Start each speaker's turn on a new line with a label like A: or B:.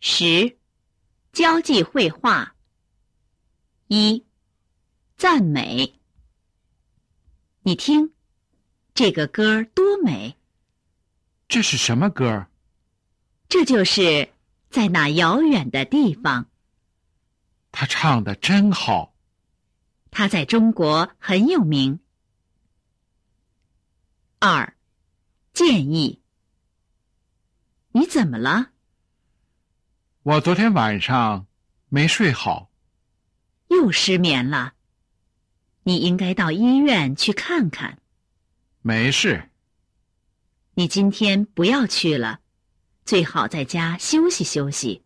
A: 十、交际绘画。一、赞美。你听，这个歌儿多美！
B: 这是什么歌儿？
A: 这就是在那遥远的地方，
B: 他唱的真好。
A: 它在中国很有名。二、建议。你怎么了？
B: 我昨天晚上没睡好，
A: 又失眠了？你应该到医院去看看。
B: 没事，
A: 你今天不要去了，最好在家休息休息。